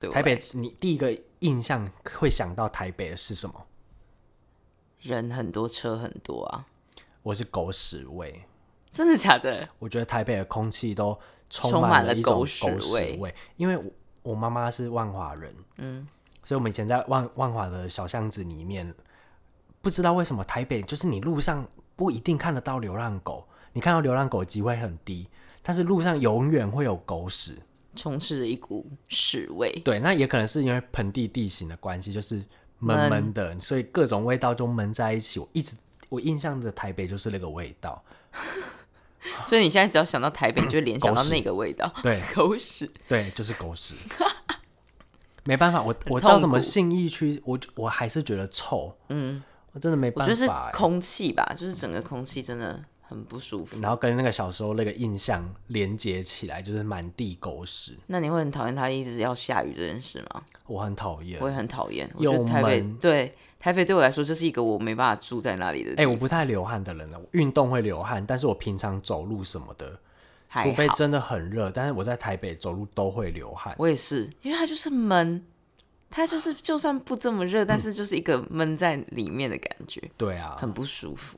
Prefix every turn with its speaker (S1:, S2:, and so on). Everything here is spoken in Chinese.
S1: 对我
S2: 台
S1: 来
S2: 北
S1: 说，
S2: 你第一个印象会想到台北的是什么？
S1: 人很多，车很多 啊，
S2: 我是狗屎味。
S1: 真的假的？
S2: 我觉得台北的空气都
S1: 充
S2: 充
S1: 满
S2: 满
S1: 了
S2: 一种
S1: 狗
S2: 狗
S1: 屎味
S2: 味，因为我我妈妈是万华人，
S1: 嗯，
S2: 所以我们以前在万万华的小巷子里面，不知道为什么台北就是你路上不一定看得到流浪狗，你看到流浪狗的机会很低，但是路上永远会有狗屎。
S1: 充斥着一股屎味。
S2: 对，那也可能是因为盆地地形的关系，就是
S1: 闷
S2: 闷闷的，所以各种味道就闷在一起。我一直我印象的台北就是那个味道，
S1: 所以你现在只要想到台北，你就会联想到
S2: 狗屎
S1: 那个味道，
S2: 对
S1: 狗屎。
S2: 对，就是 狗屎。没办法，我我
S1: 痛
S2: 到什么
S1: 苦
S2: 信义区，我就我还是觉得臭，
S1: 嗯，
S2: 我真的没
S1: 我
S2: 办
S1: 觉得是
S2: 法欸、
S1: 空气吧，就是整个空气真的很不舒服。
S2: 然后跟那个小时候那个印象连接起来，就是满地狗屎，
S1: 那你会很讨厌它一直要下雨这件事吗？
S2: 我很讨厌
S1: 我。也很讨厌。我
S2: 又
S1: 觉得台北
S2: 闷
S1: 对台北对我来说就是一个我没办法住在那里的地
S2: 哎、
S1: 方。
S2: 我不太流汗的人了，我运动会流汗，但是我平常走路什么的，
S1: 还
S2: 除非
S1: 好
S2: 真的很热，但是我在台北走路都会流汗。
S1: 我也是，因为它就是闷，它就是就算不这么热，但是就是一个闷在里面的感觉，
S2: 对啊，
S1: 很不舒服。